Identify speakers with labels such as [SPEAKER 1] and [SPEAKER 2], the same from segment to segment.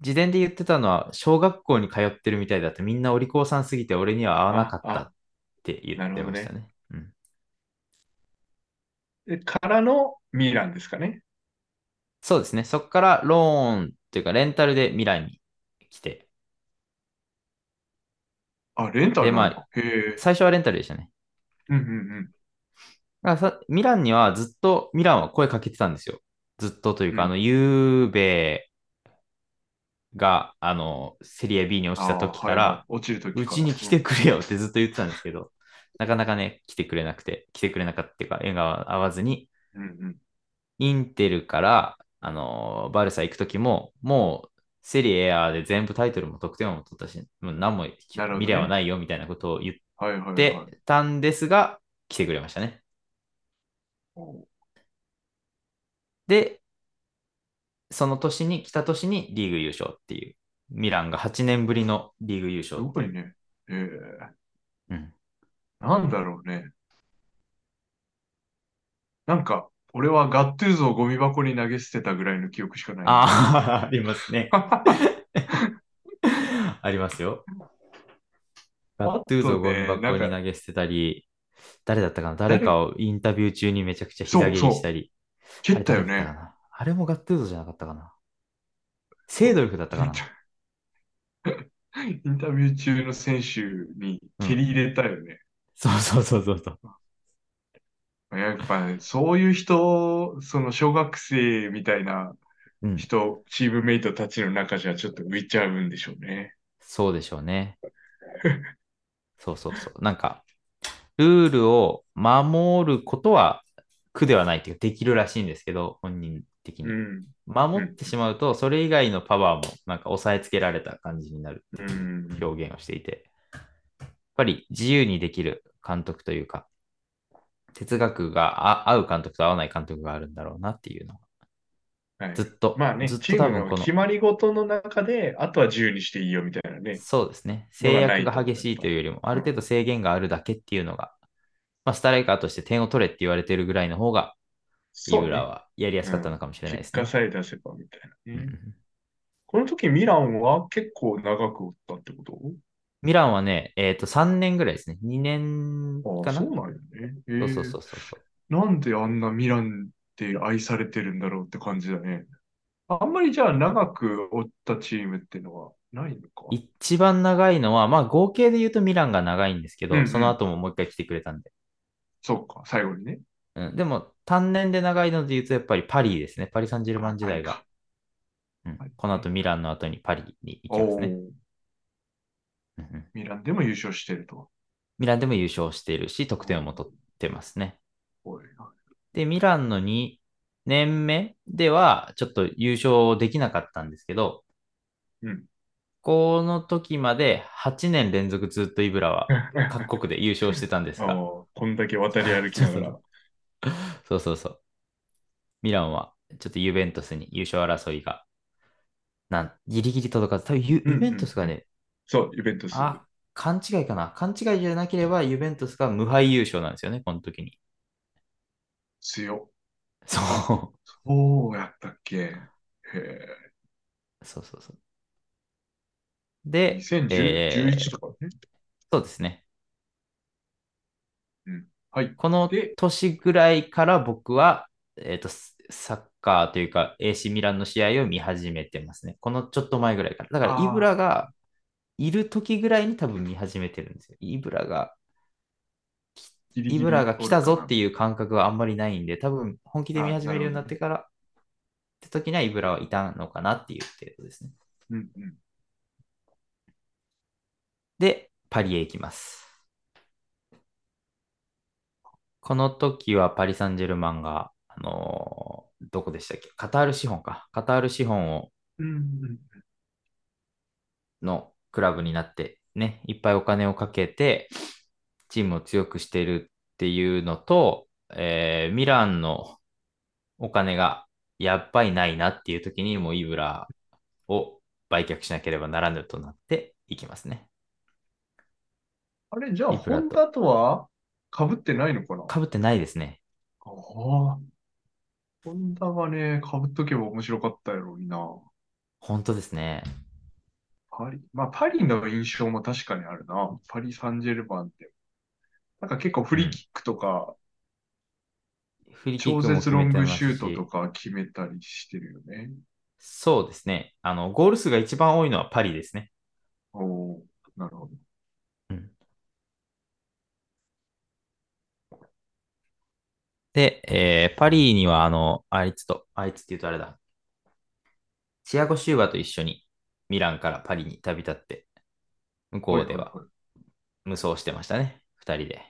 [SPEAKER 1] 事前で言ってたのは、小学校に通ってるみたいだって、みんなお利口さんすぎて俺には合わなかったって言ってましたね。うん
[SPEAKER 2] でからのミランですかね。
[SPEAKER 1] そうですね。そこからローンっていうか、レンタルで未来に来て、
[SPEAKER 2] あ、レンタルなんだ
[SPEAKER 1] でま
[SPEAKER 2] へえ。
[SPEAKER 1] 最初はレンタルでしたね。
[SPEAKER 2] うんうん
[SPEAKER 1] だからさミランにはずっと、ミランは声かけてたんですよ。ずっとというか、
[SPEAKER 2] う
[SPEAKER 1] あ
[SPEAKER 2] ん
[SPEAKER 1] の、ゆうべが、あの、セリエ B に
[SPEAKER 2] うん。
[SPEAKER 1] 落ちた時
[SPEAKER 2] あー
[SPEAKER 1] か
[SPEAKER 2] はいは
[SPEAKER 1] ら
[SPEAKER 2] い、落ちる時
[SPEAKER 1] う
[SPEAKER 2] から
[SPEAKER 1] ちに来てくれよってずっと言ってたんですけど、なかなかね、来てくれなくて、来てくれなかったっていうか、縁が合わずに、
[SPEAKER 2] うんうん。
[SPEAKER 1] インテルから、あのーバルサ行くときも、もう、セリエ A で全部タイトルも得点王も取ったし、もう何も
[SPEAKER 2] なるほどね
[SPEAKER 1] 未来はないよみたいなことを言っ
[SPEAKER 2] はいはいはい。
[SPEAKER 1] てたんですが、来てくれましたね。
[SPEAKER 2] お
[SPEAKER 1] で、その年に、来た年にリーグ優勝っていう、ミランが8年ぶりのリーグ優
[SPEAKER 2] す
[SPEAKER 1] 勝。
[SPEAKER 2] ごいね。ええ。
[SPEAKER 1] うん、
[SPEAKER 2] なんだろうね。なんか、俺はガットゥーズをゴミ箱に投げ捨てたぐらいの記憶しかない。
[SPEAKER 1] ああ、ありますね。ありますよ。ガットゥーズをゴミ箱に投げ捨てたり、誰だったかな誰かをインタビュー中にめちゃくちゃ膝蹴りしたり。
[SPEAKER 2] 蹴ったよ
[SPEAKER 1] あれ誰だ
[SPEAKER 2] ね
[SPEAKER 1] っ。たかなあれもガットゥーズじゃなかったかなセードルフだったかな
[SPEAKER 2] インタ ビュー中の選手に蹴り入れたよね。
[SPEAKER 1] そうそうそうそうそう。
[SPEAKER 2] やっぱ、ね、そういう人、その小学生みたいな
[SPEAKER 1] うん、
[SPEAKER 2] 人、チームメイトたちの中じゃちょっと浮いちゃうんでしょうね。
[SPEAKER 1] そうでしょうね。そうそうそう。なんか、ルールを守ることは苦ではないっていうか、できるらしいんですけど、本人的
[SPEAKER 2] う
[SPEAKER 1] に。
[SPEAKER 2] ん。
[SPEAKER 1] 守ってしまうと、それ以外のパワーもなんか抑えつけられた感じになるって
[SPEAKER 2] う。
[SPEAKER 1] いうん表現をしていて、やっぱり自由にできる監督というか、哲学があ合う監督と合わない監督があるんだろうなっていうの
[SPEAKER 2] はい
[SPEAKER 1] が、ずっと、
[SPEAKER 2] まあね、
[SPEAKER 1] ずっ
[SPEAKER 2] チ
[SPEAKER 1] と
[SPEAKER 2] ー
[SPEAKER 1] 多
[SPEAKER 2] ム
[SPEAKER 1] 分
[SPEAKER 2] の
[SPEAKER 1] この
[SPEAKER 2] 決、まり事の中で、あとは自由にしていいよみたいなね。
[SPEAKER 1] そうですね、
[SPEAKER 2] の
[SPEAKER 1] 制
[SPEAKER 2] がない
[SPEAKER 1] 約が激しいというよりも、ある程度制限があるだけっていうのが、まあ、ストライカーとして点を取れって言われてるぐらいの方が、井
[SPEAKER 2] そうね
[SPEAKER 1] 浦はやりやすかったのかもしれないです
[SPEAKER 2] 結
[SPEAKER 1] ね
[SPEAKER 2] 果。さえ出せばみたいな。
[SPEAKER 1] うん
[SPEAKER 2] この時ミランは結構長くおったってこと
[SPEAKER 1] ミランはね、えっ、と、3年ぐらいですね。2年
[SPEAKER 2] あ
[SPEAKER 1] か
[SPEAKER 2] あ、
[SPEAKER 1] な
[SPEAKER 2] そうなんよね。えー
[SPEAKER 1] そうそうそうそうそう。
[SPEAKER 2] なんであんなミランって愛されてるんだろうって感じだね。あんまりじゃあ長くおったチームっていうのはないのか。
[SPEAKER 1] 一番長いのは、まあ合計で言うとミランが長いんですけど、
[SPEAKER 2] うんうん
[SPEAKER 1] その後ももう一回来てくれたんで。
[SPEAKER 2] そうか、最後にね。
[SPEAKER 1] うん、でも単年で長いので言うとやっぱりパリですね。パリ・サンジェルマン時代が。うん
[SPEAKER 2] はい
[SPEAKER 1] この後ミランの後にパリに行
[SPEAKER 2] お
[SPEAKER 1] きます
[SPEAKER 2] お
[SPEAKER 1] ね。
[SPEAKER 2] ー
[SPEAKER 1] うんうん
[SPEAKER 2] ミランでも優勝してると。
[SPEAKER 1] ミランでも優勝しているし、得点も取ってますね。
[SPEAKER 2] おい
[SPEAKER 1] で、ミランの2年目ではちょっと優勝できなかったんですけど、
[SPEAKER 2] うん
[SPEAKER 1] この時まで8年連続ずっとイブラは各国で優勝してたんです
[SPEAKER 2] あ
[SPEAKER 1] が、
[SPEAKER 2] あ、こんだけ渡り歩きなが
[SPEAKER 1] ちょ
[SPEAKER 2] ら。
[SPEAKER 1] そうそうそう。ミランは、ちょっとユベントスに優勝争いが、なんギリギリ届かず、多分ユ,、
[SPEAKER 2] うんうん
[SPEAKER 1] ベントスがね、
[SPEAKER 2] そう、イベントする。
[SPEAKER 1] あ、勘違いかな。勘違いじゃなければ、ユベントスが無敗優勝なんですよね、この時に。
[SPEAKER 2] 強。
[SPEAKER 1] そう。
[SPEAKER 2] そうやったっけ。へえ。
[SPEAKER 1] そうそうそう。で、えー
[SPEAKER 2] 2011とかね。
[SPEAKER 1] そうですね。
[SPEAKER 2] はい。
[SPEAKER 1] この
[SPEAKER 2] で
[SPEAKER 1] 年ぐらいから僕は、えっ、と、ササッカーというか AC ミランの試合を見始めてますね。このちょっと前ぐらいから。だか
[SPEAKER 2] あ
[SPEAKER 1] ら、
[SPEAKER 2] ー
[SPEAKER 1] イブラがいる時ぐらいに多分見始めてるんですよ。イブラが、
[SPEAKER 2] ギリギ
[SPEAKER 1] イ
[SPEAKER 2] リ
[SPEAKER 1] ブラが来たぞって
[SPEAKER 2] い
[SPEAKER 1] いう感覚はあんまりないんで、多分本気で見始めるようになってから、って時にはイブラはいたのかなっていう程度ですね。
[SPEAKER 2] う。うんうん。
[SPEAKER 1] で、パリへ行きます。この時はパリ・サンジェルマンが、あのーどこでしたっけカタール資本か。カタール資本を
[SPEAKER 2] うんうん
[SPEAKER 1] のクラブになって、ね、いっぱいお金をかけて、チームを強くしているっていうのと、えーミランのお金がやっぱりないなっていう時に、もうイブラを売却しなければならぬとなっていきますね。
[SPEAKER 2] あれ、じゃあ、
[SPEAKER 1] いくら
[SPEAKER 2] ホ
[SPEAKER 1] と
[SPEAKER 2] ンダとは被ってないのかなあ
[SPEAKER 1] かぶってないですね。
[SPEAKER 2] あ。ホンダはね、被っとけば面白かったやろうにな。
[SPEAKER 1] 本当ですね。
[SPEAKER 2] パリ、まあ、パリの印象も確かにあるな。パリ・サンジェルマンって。なんか結構フリーキックとか、
[SPEAKER 1] フリーキッ
[SPEAKER 2] 超
[SPEAKER 1] クも
[SPEAKER 2] 絶
[SPEAKER 1] 決
[SPEAKER 2] ロ
[SPEAKER 1] め
[SPEAKER 2] ン
[SPEAKER 1] てま
[SPEAKER 2] グ
[SPEAKER 1] す
[SPEAKER 2] シュート
[SPEAKER 1] し
[SPEAKER 2] とか決めたりしてるよね。
[SPEAKER 1] そうですね。あの、ゴール数が一番多いのはパリですね。
[SPEAKER 2] おーなるほど。
[SPEAKER 1] うんで、えーパリには、あの、あいつと、あいつって言うとあれだ。チアゴ・シューバと一緒にミランからパリに旅立って、向こうでは
[SPEAKER 2] はい
[SPEAKER 1] 無双してましたね。二人で。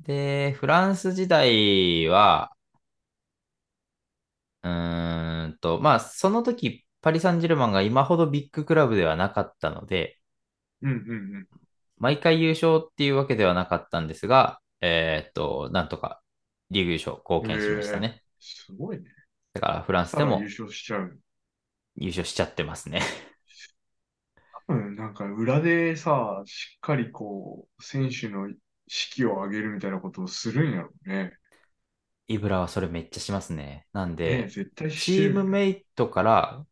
[SPEAKER 1] で、フランス時代は、うーんと、まあ、その時、パリ・サンジェルマンが今ほどビッグクラブではなかったので、
[SPEAKER 2] はいはい うんうんうん。
[SPEAKER 1] 毎回優勝っていうわけではなかったんですが、えーっと、なんとかリーグ優勝貢献しましたね。
[SPEAKER 2] すごいね。
[SPEAKER 1] だからフランス
[SPEAKER 2] た
[SPEAKER 1] で
[SPEAKER 2] だ
[SPEAKER 1] も
[SPEAKER 2] 優勝しちゃう。
[SPEAKER 1] 優勝しちゃってますね。
[SPEAKER 2] うん、なんか裏でさ、しっかりこう、選手の士気を上げるみたいなことをするんやろうね。
[SPEAKER 1] イブラはそれめっちゃしますね。なん
[SPEAKER 2] ねえ
[SPEAKER 1] で、
[SPEAKER 2] 絶対
[SPEAKER 1] チ
[SPEAKER 2] して
[SPEAKER 1] ー
[SPEAKER 2] る
[SPEAKER 1] ム
[SPEAKER 2] よね。
[SPEAKER 1] メイトから、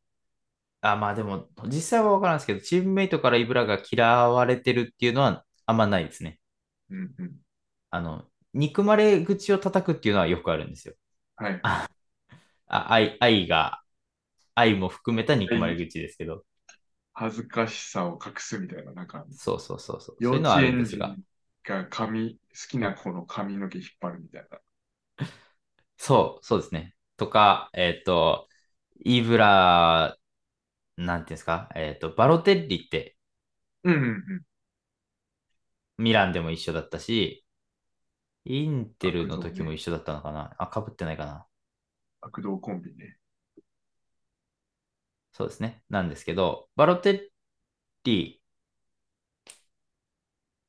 [SPEAKER 1] あ、まあでも、実際はわからんですけど、チームメイトからイブラが嫌われてるっていうのはあんまないですね。
[SPEAKER 2] うんうん。
[SPEAKER 1] あの、憎まれ口を叩くっていうのはよくあるんですよ。
[SPEAKER 2] はい。
[SPEAKER 1] あ、愛、愛が、愛も含めた憎まれ口ですけど。
[SPEAKER 2] 恥ずかしさを隠すみたいな、なんか、
[SPEAKER 1] そうそうそうそう。
[SPEAKER 2] 幼
[SPEAKER 1] そういうのはあ
[SPEAKER 2] 稚
[SPEAKER 1] るんで
[SPEAKER 2] 園
[SPEAKER 1] す
[SPEAKER 2] 児
[SPEAKER 1] が。
[SPEAKER 2] が髪、好きな子の髪の毛引っ張るみたいな。
[SPEAKER 1] そう、そうですね。とか、えっと、イブラ、なんていうんですか、えっと、バロテッリって
[SPEAKER 2] うんうん
[SPEAKER 1] ミランでも一緒だったし、インテルの時
[SPEAKER 2] あそう
[SPEAKER 1] も
[SPEAKER 2] ね
[SPEAKER 1] 一緒だったのかな。あ、かぶってないかな。
[SPEAKER 2] 悪童コンビね。
[SPEAKER 1] そうですね。なんですけど、バロテッリ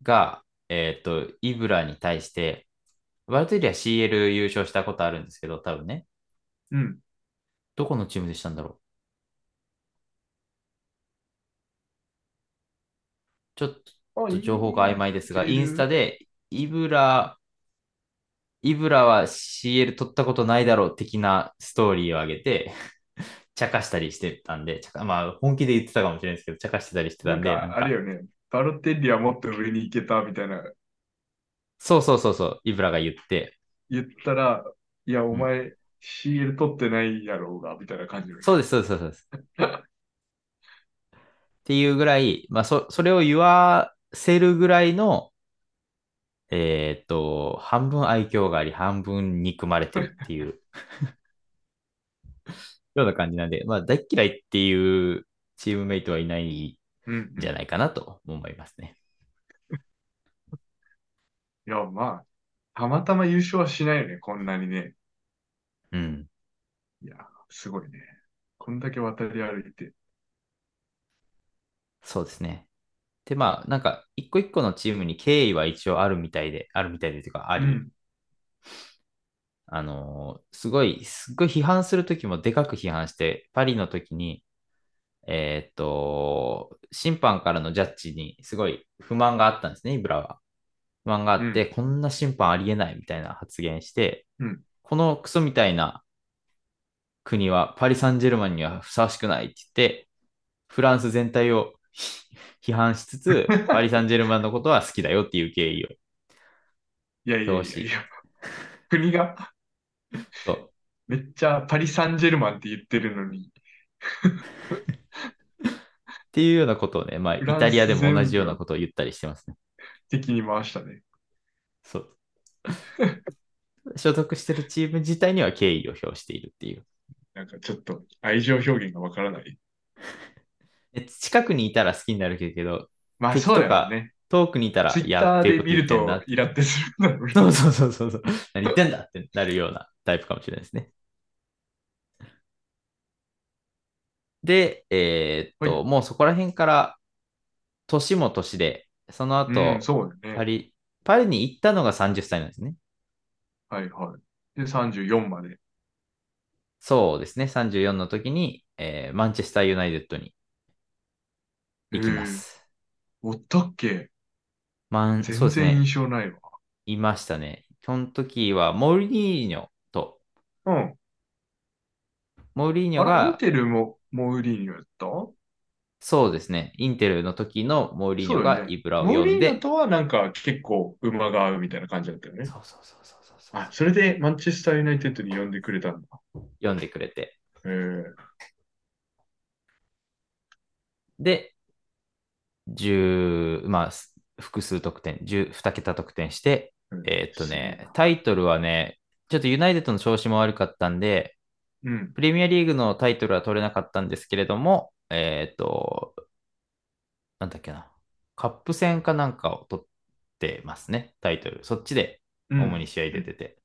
[SPEAKER 1] が、えっと、イブラに対して、バロテッリは CL 優勝したことあるんですけど、多分ね。
[SPEAKER 2] うん。
[SPEAKER 1] どこのチームでしたんだろう。ちょっと
[SPEAKER 2] あ、
[SPEAKER 1] ちょっと情報が曖昧ですが、インスタ
[SPEAKER 2] で。
[SPEAKER 1] で、イブラ、イブラは CL 取ったことないだろう的なストーリーを上げて、 茶化したりしてたんで、茶化まあ本気で言ってたかもしれないですけど、茶化してたりしてた
[SPEAKER 2] なんん
[SPEAKER 1] で、
[SPEAKER 2] か、あ
[SPEAKER 1] なん
[SPEAKER 2] れ
[SPEAKER 1] か
[SPEAKER 2] よね。バロテッリはもっと上に行けたみたいな、
[SPEAKER 1] そうそうそうそう、イブラが言って、
[SPEAKER 2] 言ったら、いや、お
[SPEAKER 1] ん
[SPEAKER 2] 前、CL 取ってないやろうが、みたいな感じの。
[SPEAKER 1] そうです、そうです、そうです。っていうぐらい、まあそ、それを言わせるぐらいの、えーっと、半分愛嬌があり、半分憎まれてるっていうような感じなんで、まあ、大っ嫌いっていうチームメイトはいない
[SPEAKER 2] う
[SPEAKER 1] ん
[SPEAKER 2] ん
[SPEAKER 1] じゃないかなと思いますね。
[SPEAKER 2] いや、まあ、たまたま優勝はしないよね、こんなにね。
[SPEAKER 1] うん。
[SPEAKER 2] いや、すごいね。こんだけ渡り歩いて。
[SPEAKER 1] そうですね。で、まあ、なんか、一個一個のチームに敬意は一応あるみたいで、あるみたいでというか、あ
[SPEAKER 2] う
[SPEAKER 1] り、
[SPEAKER 2] ん。
[SPEAKER 1] あのーすごい、すっごい批判するときもでかく批判して、パリのときに、えーっと、審判からのジャッジにすごい不満があったんですね、イブラは。不満があって、こんな審判ありえないみたいな発言して、
[SPEAKER 2] うん
[SPEAKER 1] このクソみたいな国はパリ・サンジェルマンにはふさわしくないって言って、フランス全体を批判しつ つ、パリ・サンジェルマンのことは好きだよっていう経緯を
[SPEAKER 2] いやいやいや
[SPEAKER 1] 表紙
[SPEAKER 2] いや、国が
[SPEAKER 1] そう
[SPEAKER 2] めっちゃパリ・サンジェルマンって言ってるのに、
[SPEAKER 1] っていうようなことをね、まあ、イ
[SPEAKER 2] フランス
[SPEAKER 1] タリアでも同
[SPEAKER 2] 全
[SPEAKER 1] じ
[SPEAKER 2] 部
[SPEAKER 1] ようなことを言ったりしてますね。
[SPEAKER 2] 敵に回したね。
[SPEAKER 1] そう。 所属してるチーム自体には敬意を表しているっていう。
[SPEAKER 2] なんかちょっと愛情表現がわからない。
[SPEAKER 1] え近くにいたら好きになるけど、
[SPEAKER 2] まあ
[SPEAKER 1] 敵
[SPEAKER 2] そう
[SPEAKER 1] と
[SPEAKER 2] だよ
[SPEAKER 1] か
[SPEAKER 2] ね。
[SPEAKER 1] 遠くにいたら、
[SPEAKER 2] ツイ
[SPEAKER 1] い
[SPEAKER 2] ッ
[SPEAKER 1] や
[SPEAKER 2] タ
[SPEAKER 1] っ
[SPEAKER 2] ー
[SPEAKER 1] ていうこと言っ
[SPEAKER 2] で見る
[SPEAKER 1] てん
[SPEAKER 2] と
[SPEAKER 1] な。
[SPEAKER 2] イラってするんだろうね
[SPEAKER 1] そうそうそうそうそう。何言ってんだってなるようなタイプかもしれないですね。で、えーっと、
[SPEAKER 2] は
[SPEAKER 1] もうそこら辺から年も年で、その後
[SPEAKER 2] うん、、そうだよ
[SPEAKER 1] パ
[SPEAKER 2] ね。
[SPEAKER 1] リ、パリに行ったのが30歳なんですね。
[SPEAKER 2] はいはい。で、34まで。
[SPEAKER 1] そうですね。34の時に、えーマンチェスターユナイテッドに行きます。
[SPEAKER 2] おったっけ
[SPEAKER 1] マン、そ
[SPEAKER 2] 全
[SPEAKER 1] うです
[SPEAKER 2] 然
[SPEAKER 1] ね。
[SPEAKER 2] 印象ないわ。
[SPEAKER 1] いましたね。その時は、モルニーニョと、
[SPEAKER 2] うん。
[SPEAKER 1] モーリーニョ
[SPEAKER 2] あれ、イン
[SPEAKER 1] が、
[SPEAKER 2] テルもモーリーニョやった
[SPEAKER 1] そうですね、インテルの時のモーリーニョ
[SPEAKER 2] そう
[SPEAKER 1] が
[SPEAKER 2] よね
[SPEAKER 1] イブラを
[SPEAKER 2] モー
[SPEAKER 1] 呼
[SPEAKER 2] リ
[SPEAKER 1] ん
[SPEAKER 2] ー
[SPEAKER 1] で、
[SPEAKER 2] ニョとはなんか結構馬が合うみたいな感じだったよね。
[SPEAKER 1] そうそうそうそうそうそう
[SPEAKER 2] あ、それでマンチェスターユナイテッドに呼んでくれたんだ。
[SPEAKER 1] 呼んでくれて。
[SPEAKER 2] えー、
[SPEAKER 1] で、10、まあ、す複数得点、10、2桁得点して、
[SPEAKER 2] うん
[SPEAKER 1] えーっとね、タイトルはね、ちょっとユナイテッドの調子も悪かったんで、
[SPEAKER 2] うん。
[SPEAKER 1] プレミアリーグのタイトルは取れなかったんですけれども、えっ、と、なんだっけな、カップ戦かなんかを取ってますね、タイトル。そっちで
[SPEAKER 2] うん
[SPEAKER 1] 主に試合出てて。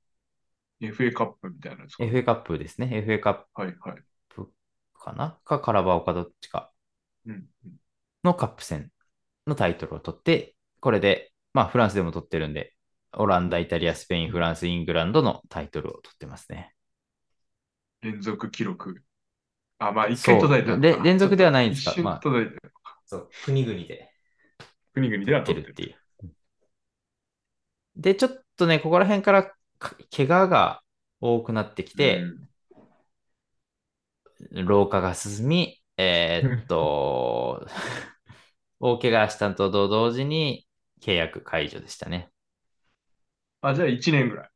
[SPEAKER 2] FA カップみたいなやつか。
[SPEAKER 1] FA カップですね、FA カッ
[SPEAKER 2] はいはい。
[SPEAKER 1] プかなかカラバオかどっちか
[SPEAKER 2] うん。
[SPEAKER 1] のカップ戦のタイトルを取って、これで、まあフランスでも取ってるんで、オランダ、イタリア、スペイン、フランス、イングランドのタイトルを取ってますね。
[SPEAKER 2] 連続記録。あ、まあ一回途絶えたのか
[SPEAKER 1] そうれ連続ではないんですか
[SPEAKER 2] 一瞬
[SPEAKER 1] まあ
[SPEAKER 2] 途絶えた。
[SPEAKER 1] そう、国々で
[SPEAKER 2] 国々では
[SPEAKER 1] って
[SPEAKER 2] 取
[SPEAKER 1] る
[SPEAKER 2] っ
[SPEAKER 1] ってて
[SPEAKER 2] る。
[SPEAKER 1] いう。で、ちょっとね、ここら辺からか怪我が多くなってきて、老化が進み、えーっと、大怪我したのと同時に契約解除でしたね。
[SPEAKER 2] あ、じゃあ1年ぐらい。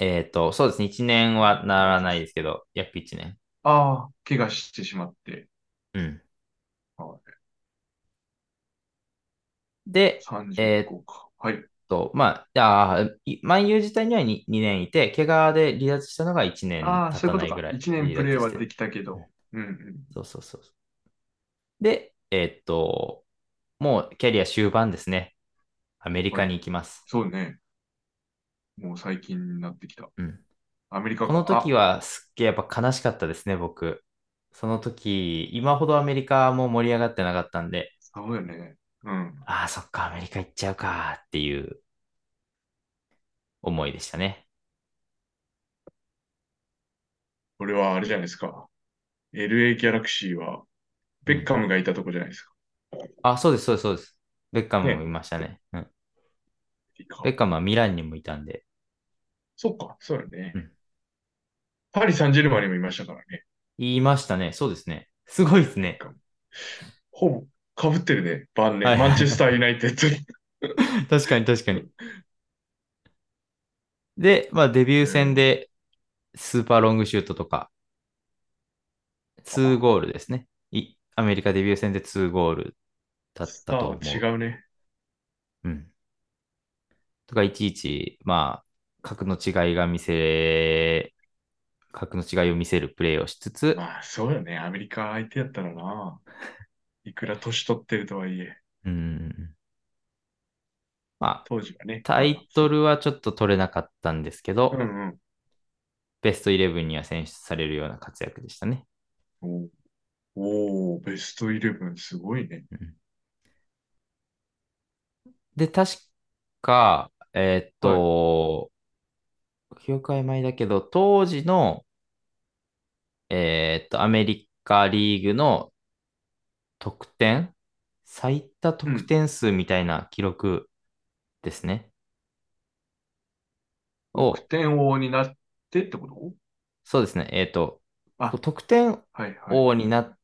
[SPEAKER 1] えーっと、そうですね、1年はならないですけど、約1年。
[SPEAKER 2] ああ、怪我してしまって
[SPEAKER 1] うん
[SPEAKER 2] は。
[SPEAKER 1] で、
[SPEAKER 2] 35か。はい。
[SPEAKER 1] と、まあ、あーい万有自体には 2, 二年いて、怪我で離脱したのが1年
[SPEAKER 2] ああ、
[SPEAKER 1] 経
[SPEAKER 2] そう
[SPEAKER 1] た
[SPEAKER 2] いうこ
[SPEAKER 1] な
[SPEAKER 2] と
[SPEAKER 1] い
[SPEAKER 2] か。
[SPEAKER 1] ぐらい。
[SPEAKER 2] 1年プレーはで
[SPEAKER 1] き
[SPEAKER 2] きたけど。うんうん。
[SPEAKER 1] そうそうそう。で、えーっと、もうキャリア終盤ですね。アメリカに行きます。
[SPEAKER 2] そうね。もう最近になってきた。
[SPEAKER 1] うん、
[SPEAKER 2] アメリカ
[SPEAKER 1] この時
[SPEAKER 2] は。
[SPEAKER 1] はすっげえやっぱ悲しかったですね、僕。その時、今ほどアメリカも盛り上がってなかったんで、
[SPEAKER 2] あそうよね。うん。
[SPEAKER 1] ああ、そっか、アメリカ行っちゃうかっていう思いでしたね。
[SPEAKER 2] これはあれじゃないですか。LA ギャラクシーは、ベッカムがいたとこじゃないですか。
[SPEAKER 1] あ、そうです、そうです、そうです。ベッカムもいましたね。うん、ベッカムはミランにもいたんで、
[SPEAKER 2] そっか、そうよね
[SPEAKER 1] うん。
[SPEAKER 2] パリ・サンジェルマンにもいましたからね。
[SPEAKER 1] 言いましたね。そうですね。すごいですね。
[SPEAKER 2] ほぼ被ってるね、晩
[SPEAKER 1] は
[SPEAKER 2] 年。
[SPEAKER 1] い
[SPEAKER 2] マンチェスター・ユナイテッドに。
[SPEAKER 1] 確かに確かに。で、まあデビュー戦でスーパーロングシュートとか、2ゴールですね。いアメリカデビュー戦で2ゴール だったと思う。
[SPEAKER 2] 違うね。
[SPEAKER 1] うん。とか、いちいち、まあ、格の違いが見せ、格の違いを見せるプレーをしつつ、
[SPEAKER 2] まあ、そうよね。アメリカ相手やったらな。いくら年取ってるとはいえ、
[SPEAKER 1] うん。まあ、
[SPEAKER 2] 当時はね。
[SPEAKER 1] タイトルはちょっと取れなかったんですけど、
[SPEAKER 2] うんうん
[SPEAKER 1] ベストイレブンには選出されるような活躍でしたね。。
[SPEAKER 2] おーおー、ベストイレブン、すごいね。
[SPEAKER 1] で、確か、えーっと、記憶曖昧だけど、当時の、えーっと、アメリカリーグの得点、最多得点数みたいな記録ですね。を
[SPEAKER 2] 得、点王になってってこと
[SPEAKER 1] そうですね、えーっと
[SPEAKER 2] あ、
[SPEAKER 1] 得点
[SPEAKER 2] はいはい。
[SPEAKER 1] 王になっ、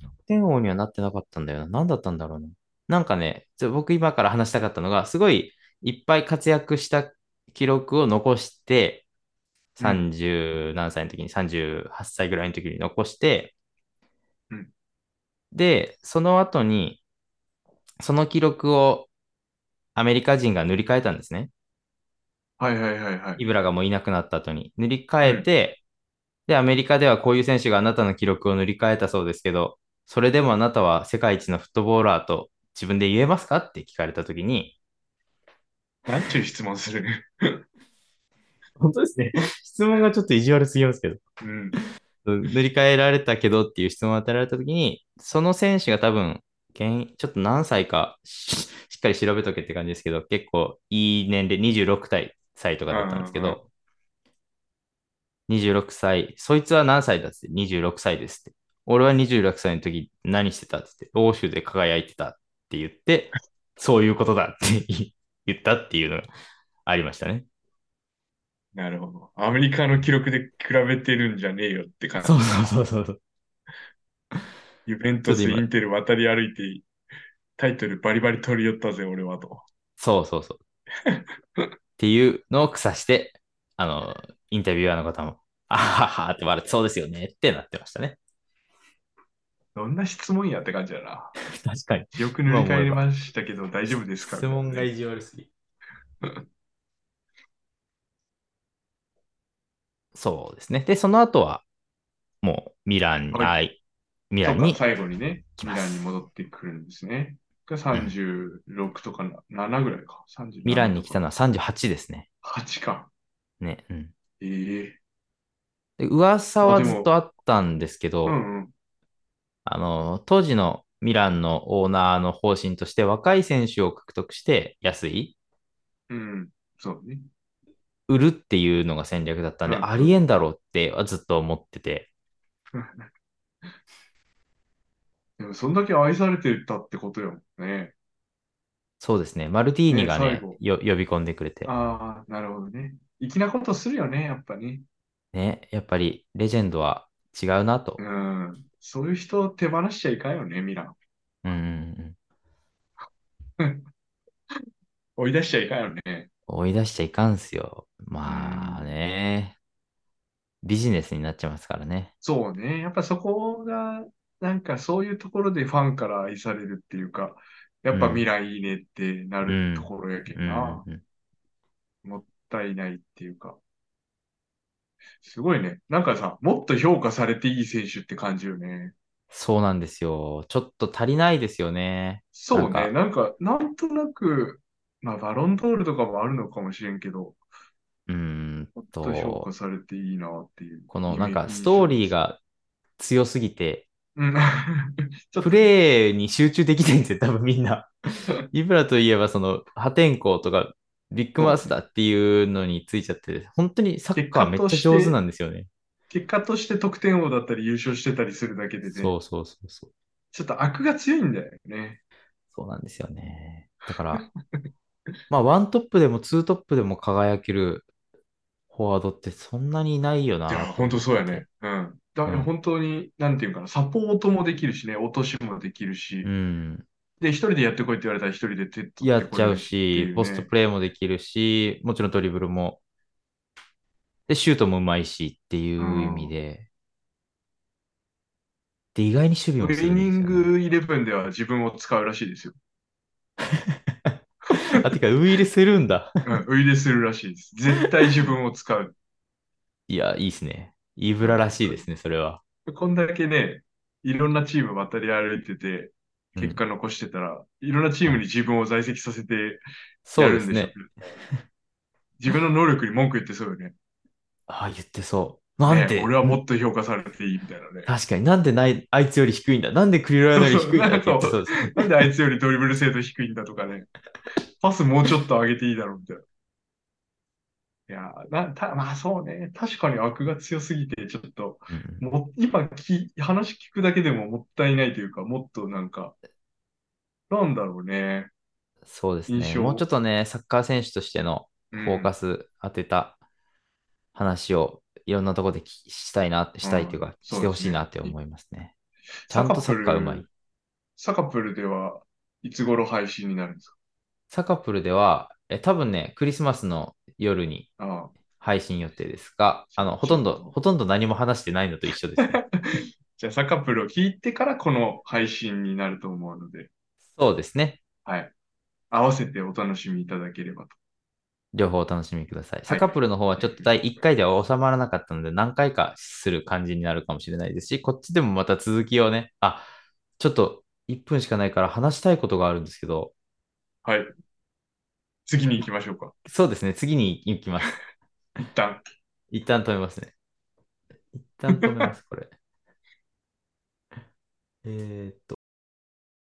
[SPEAKER 1] 得点王にはなってなかったんだよな。何だったんだろうな。なんかね、ちょ僕今から話したかったのが、すごいいっぱい活躍した記録を残して、
[SPEAKER 2] うん
[SPEAKER 1] 30何歳の時に、38歳ぐらいの時に残して、
[SPEAKER 2] うん
[SPEAKER 1] で、その後に、その記録をアメリカ人が塗り替えたんですね。
[SPEAKER 2] はいはいはいはい。
[SPEAKER 1] イブラがもういなくなった後に塗り替えて、で、アメリカではこういう選手があなたの記録を塗り替えたそうですけど、それでもあなたは世界一のフットボーラーと自分で言えますかって聞かれた時に、
[SPEAKER 2] なんちゅう質問するね。
[SPEAKER 1] 本当ですね。 質問がちょっと意地悪すぎますけど、
[SPEAKER 2] うん。
[SPEAKER 1] 塗り替えられたけどっていう質問を与えられた時に、その選手が多分、現ちょっと何歳かししっかり調べとけって感じですけど、結構いい年齢、26歳歳とかだったんですけ
[SPEAKER 2] うんうん
[SPEAKER 1] ど、26歳、そいつは何歳だっつって、26歳ですって。俺は26歳の時何してたっつって、欧州で輝いてたって言 って、そういうことだって言ったっていうのがありましたね。
[SPEAKER 2] なるほど。アメリカの記録で比べてるんじゃねえよって感じ。
[SPEAKER 1] そうそうそうそう。
[SPEAKER 2] ユベントス、
[SPEAKER 1] ちょっと
[SPEAKER 2] イ
[SPEAKER 1] 今
[SPEAKER 2] ンテル渡り歩いて、タイトルバリバリ取り寄ったぜ、俺はと。
[SPEAKER 1] そうそうそう。っていうのを草して、あの、インタビュアーの方も、あははって笑って、そうですよねってなってましたね。
[SPEAKER 2] どんな質問やって感じだな。
[SPEAKER 1] 確かに。
[SPEAKER 2] よく塗り替えましたけど、大丈夫ですか
[SPEAKER 1] 質問が意地悪すぎ。そうですね。で、その後は、もうミランに、
[SPEAKER 2] は
[SPEAKER 1] はい、ミラ
[SPEAKER 2] そ
[SPEAKER 1] ン
[SPEAKER 2] うか
[SPEAKER 1] に、
[SPEAKER 2] 最後にね、
[SPEAKER 1] 来
[SPEAKER 2] ミ
[SPEAKER 1] ま
[SPEAKER 2] ラ
[SPEAKER 1] す
[SPEAKER 2] ンに戻ってくるんですね。が36とかな7ぐらいか。37
[SPEAKER 1] ミランに来た
[SPEAKER 2] の。
[SPEAKER 1] のは38ですね。
[SPEAKER 2] 8か。
[SPEAKER 1] ね。うん。
[SPEAKER 2] ええ
[SPEAKER 1] で噂
[SPEAKER 2] あ
[SPEAKER 1] は
[SPEAKER 2] でも
[SPEAKER 1] ずっとあったんですけど、
[SPEAKER 2] うんうん。
[SPEAKER 1] あの、当時のミランのオーナーの方針として若い選手を獲得して安い、
[SPEAKER 2] うん。そうね。
[SPEAKER 1] 売るっていうのが戦略だったんで、
[SPEAKER 2] うん
[SPEAKER 1] ありえんだろうってはずっと思ってて、
[SPEAKER 2] でも、そんだけ愛されてたってことよね。
[SPEAKER 1] そうですね、マルティーニが
[SPEAKER 2] ね最
[SPEAKER 1] ね、
[SPEAKER 2] 後
[SPEAKER 1] よ呼び込んでくれて、
[SPEAKER 2] ああ、なるほどね。粋なことするよね、やっぱね。
[SPEAKER 1] ね、やっぱりレジェンドは違うなと
[SPEAKER 2] う。ん。そういう人を手放しちゃいかんよね、ミラン。
[SPEAKER 1] うんうんうん、
[SPEAKER 2] 追い出しちゃいかんよね。
[SPEAKER 1] 追い出しちゃいかんすよ。まあね、ビジネスになっちゃいますからね。
[SPEAKER 2] そうね。やっぱそこが、なんかそういうところでファンから愛されるっていうか、やっぱ
[SPEAKER 1] うん
[SPEAKER 2] ミランいいねってな
[SPEAKER 1] うん
[SPEAKER 2] るところやけ
[SPEAKER 1] う
[SPEAKER 2] ど
[SPEAKER 1] んう
[SPEAKER 2] な。
[SPEAKER 1] んうん、
[SPEAKER 2] もったいないっていうか。すごいね。なんかさ、もっと評価されていい選手って感じよね。
[SPEAKER 1] そうなんですよ。ちょっと足りないですよね。
[SPEAKER 2] そう
[SPEAKER 1] な
[SPEAKER 2] ね。なんか、なんとなく、まあ、バロンドールとかもあるのかもしれんけど、
[SPEAKER 1] うーん
[SPEAKER 2] もっと評
[SPEAKER 1] と
[SPEAKER 2] 価、されていいなっていう。
[SPEAKER 1] このなんかストーリー
[SPEAKER 2] が。
[SPEAKER 1] が強すぎて、
[SPEAKER 2] うん。 ちょっ
[SPEAKER 1] プ
[SPEAKER 2] と、
[SPEAKER 1] レーに集中できないんですよ、多分みん な。イブラといえば、その破天荒とかビッグマウスだっていうのについちゃって、本当にサッカーめっちゃ上手なんですよね。
[SPEAKER 2] 結果として得点王だったり優勝してたりするだけでね、ち
[SPEAKER 1] そ
[SPEAKER 2] ょ
[SPEAKER 1] うそうそうそう。
[SPEAKER 2] っと悪が強いんだよね。
[SPEAKER 1] そうなんですよね。だから、 まあ、ワントップでもツートップでも輝けるフォワードってそんなにいないよな。
[SPEAKER 2] いや、本当そうやね。。うん。だ
[SPEAKER 1] うん
[SPEAKER 2] 本当に、なんていうかな、サポートもできるしね、落としもできるし、
[SPEAKER 1] うん。
[SPEAKER 2] で、一人でやってこいって言われたら一人で手取って
[SPEAKER 1] やっちゃう
[SPEAKER 2] こいってい
[SPEAKER 1] し、
[SPEAKER 2] ね
[SPEAKER 1] ポストプレーもできるし、もちろんドリブルも。で、シュートもうまいしっていう意味で。で、意外に守備も
[SPEAKER 2] トレ
[SPEAKER 1] する
[SPEAKER 2] ー
[SPEAKER 1] んで
[SPEAKER 2] ニ
[SPEAKER 1] すよ、
[SPEAKER 2] ン
[SPEAKER 1] ね。
[SPEAKER 2] グイレブンでは自分を使うらしいですよ。
[SPEAKER 1] あ、てか、ウイルするんだ。
[SPEAKER 2] うん、ウイレするらしいです。絶対自分を使う。
[SPEAKER 1] いや、いいですね。イブラらしいですね、それは。
[SPEAKER 2] こんだけね、いろんなチーム渡り歩いてて、
[SPEAKER 1] うん
[SPEAKER 2] 結果残してたら、いろんなチームに自分を在籍させて
[SPEAKER 1] そ
[SPEAKER 2] や
[SPEAKER 1] うで
[SPEAKER 2] るん
[SPEAKER 1] す
[SPEAKER 2] でしょうね
[SPEAKER 1] ね。。
[SPEAKER 2] 自分の能力に文句言ってそうよね。
[SPEAKER 1] あ、言ってそう。なんで、
[SPEAKER 2] ね俺はもっと評価されていいみたいなね。
[SPEAKER 1] 確かになんでないあいつより低いんだ。なんでクリロワより低いんだって言ってそうです ね。
[SPEAKER 2] なんであいつよりドリブル精度低いんだとかね。パスもうちょっと上げていいだろうみたいな。いやーなた、まあそうね。確かに悪が強すぎて、ちょっと、
[SPEAKER 1] うん
[SPEAKER 2] もう今き、話聞くだけでももったいないというか、もっとなんか、なんだろうね。
[SPEAKER 1] そうです
[SPEAKER 2] 印
[SPEAKER 1] ね。
[SPEAKER 2] 象
[SPEAKER 1] もうちょっとね、サッカー選手としての
[SPEAKER 2] フ
[SPEAKER 1] フォーカス当てた話をいろんなとこで聞きしたいな、したいというか、
[SPEAKER 2] そうですね
[SPEAKER 1] してほしいなって思いますね。ち
[SPEAKER 2] サ
[SPEAKER 1] ゃん
[SPEAKER 2] カプル
[SPEAKER 1] とサッカーうまい。
[SPEAKER 2] サカプルでは、いつ頃配信になるんですか
[SPEAKER 1] サカプルでは、え多分ね、クリスマスの夜に
[SPEAKER 2] ああ
[SPEAKER 1] 配信予定ですが、あの、ほとんど、ほとんど何も話してないのと一緒です ね。
[SPEAKER 2] じゃあ、サカプルを聞いてからこの配信になると思うので、
[SPEAKER 1] そうですね。
[SPEAKER 2] はい。合わせてお楽しみいただければと。
[SPEAKER 1] 両方お楽しみください。サカプルの方はちょっと第1回では収まらなかったので、何回かする感じになるかもしれないですし、こっちでもまた続きをね、あ、ちょっと1分しかないから話したいことがあるんですけど、
[SPEAKER 2] はい。次に行きましょうか。
[SPEAKER 1] そうですね、次に行きます。
[SPEAKER 2] 一旦。
[SPEAKER 1] 一旦止めますね。一旦止めます、これ。えーっと。